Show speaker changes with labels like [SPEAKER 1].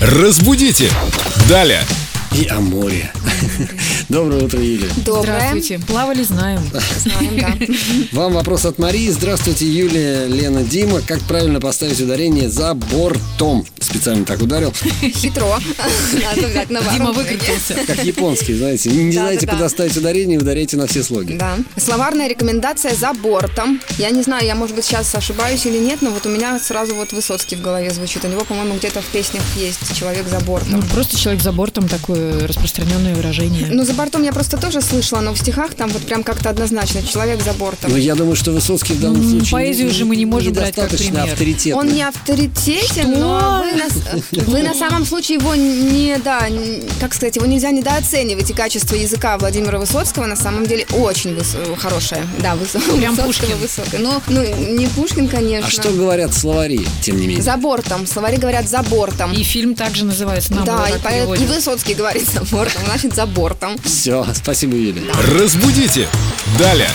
[SPEAKER 1] Разбудите! Далее!
[SPEAKER 2] И о море. Доброе утро, Юлия.
[SPEAKER 3] Доброе.
[SPEAKER 4] Здравствуйте. Плавали, знаем.
[SPEAKER 3] Знаем, да.
[SPEAKER 2] Вам вопрос от Марии. Здравствуйте, Юлия, Лена, Дима. Как правильно поставить ударение за бортом? Специально так ударил.
[SPEAKER 3] Хитро. Надо обязательно вам.
[SPEAKER 4] Дима выкрутился.
[SPEAKER 2] Как японский, знаете. Не
[SPEAKER 3] Да, да,
[SPEAKER 2] знаете,
[SPEAKER 3] да.
[SPEAKER 2] куда ставить ударение, ударяйте на все слоги.
[SPEAKER 3] Да. Словарная рекомендация за бортом. Я не знаю, я, может быть, сейчас ошибаюсь или нет, но вот у меня сразу вот Высоцкий в голове звучит. У него, по-моему, где-то в песнях есть «Человек за
[SPEAKER 4] Ну,
[SPEAKER 3] бортом».
[SPEAKER 4] просто человек за бортом такое распространенное выражение.
[SPEAKER 3] Ну, за бортом я просто тоже слышала, но в стихах там вот прям как-то однозначно «Человек за бортом».
[SPEAKER 2] Но я думаю, что Высоцкий в данном
[SPEAKER 4] М,
[SPEAKER 2] случае...
[SPEAKER 4] поэзию
[SPEAKER 2] не-
[SPEAKER 4] же мы не можем брать как
[SPEAKER 2] недостаточно
[SPEAKER 4] пример.
[SPEAKER 2] авторитетный.
[SPEAKER 3] Он не авторитетен, но вы на, вы на самом случае его не, да, не- как сказать, его нельзя недооценивать. И качество языка Владимира Высоцкого на самом деле очень выс- хорошее. Да, выс-
[SPEAKER 4] Прям
[SPEAKER 3] Высоцкого
[SPEAKER 4] Пушкин.
[SPEAKER 3] высокое. Ну, ну, не Пушкин, конечно.
[SPEAKER 2] А что говорят словари, тем не менее?
[SPEAKER 3] За бортом. Словари говорят за бортом.
[SPEAKER 4] И фильм также называется «Нам было
[SPEAKER 3] да, и,
[SPEAKER 4] так
[SPEAKER 3] поэт- и
[SPEAKER 4] переводят».
[SPEAKER 3] Высоцкий говорит за бортом, значит за бортом.
[SPEAKER 2] Все, спасибо, Юлия.
[SPEAKER 1] Разбудите! Далее!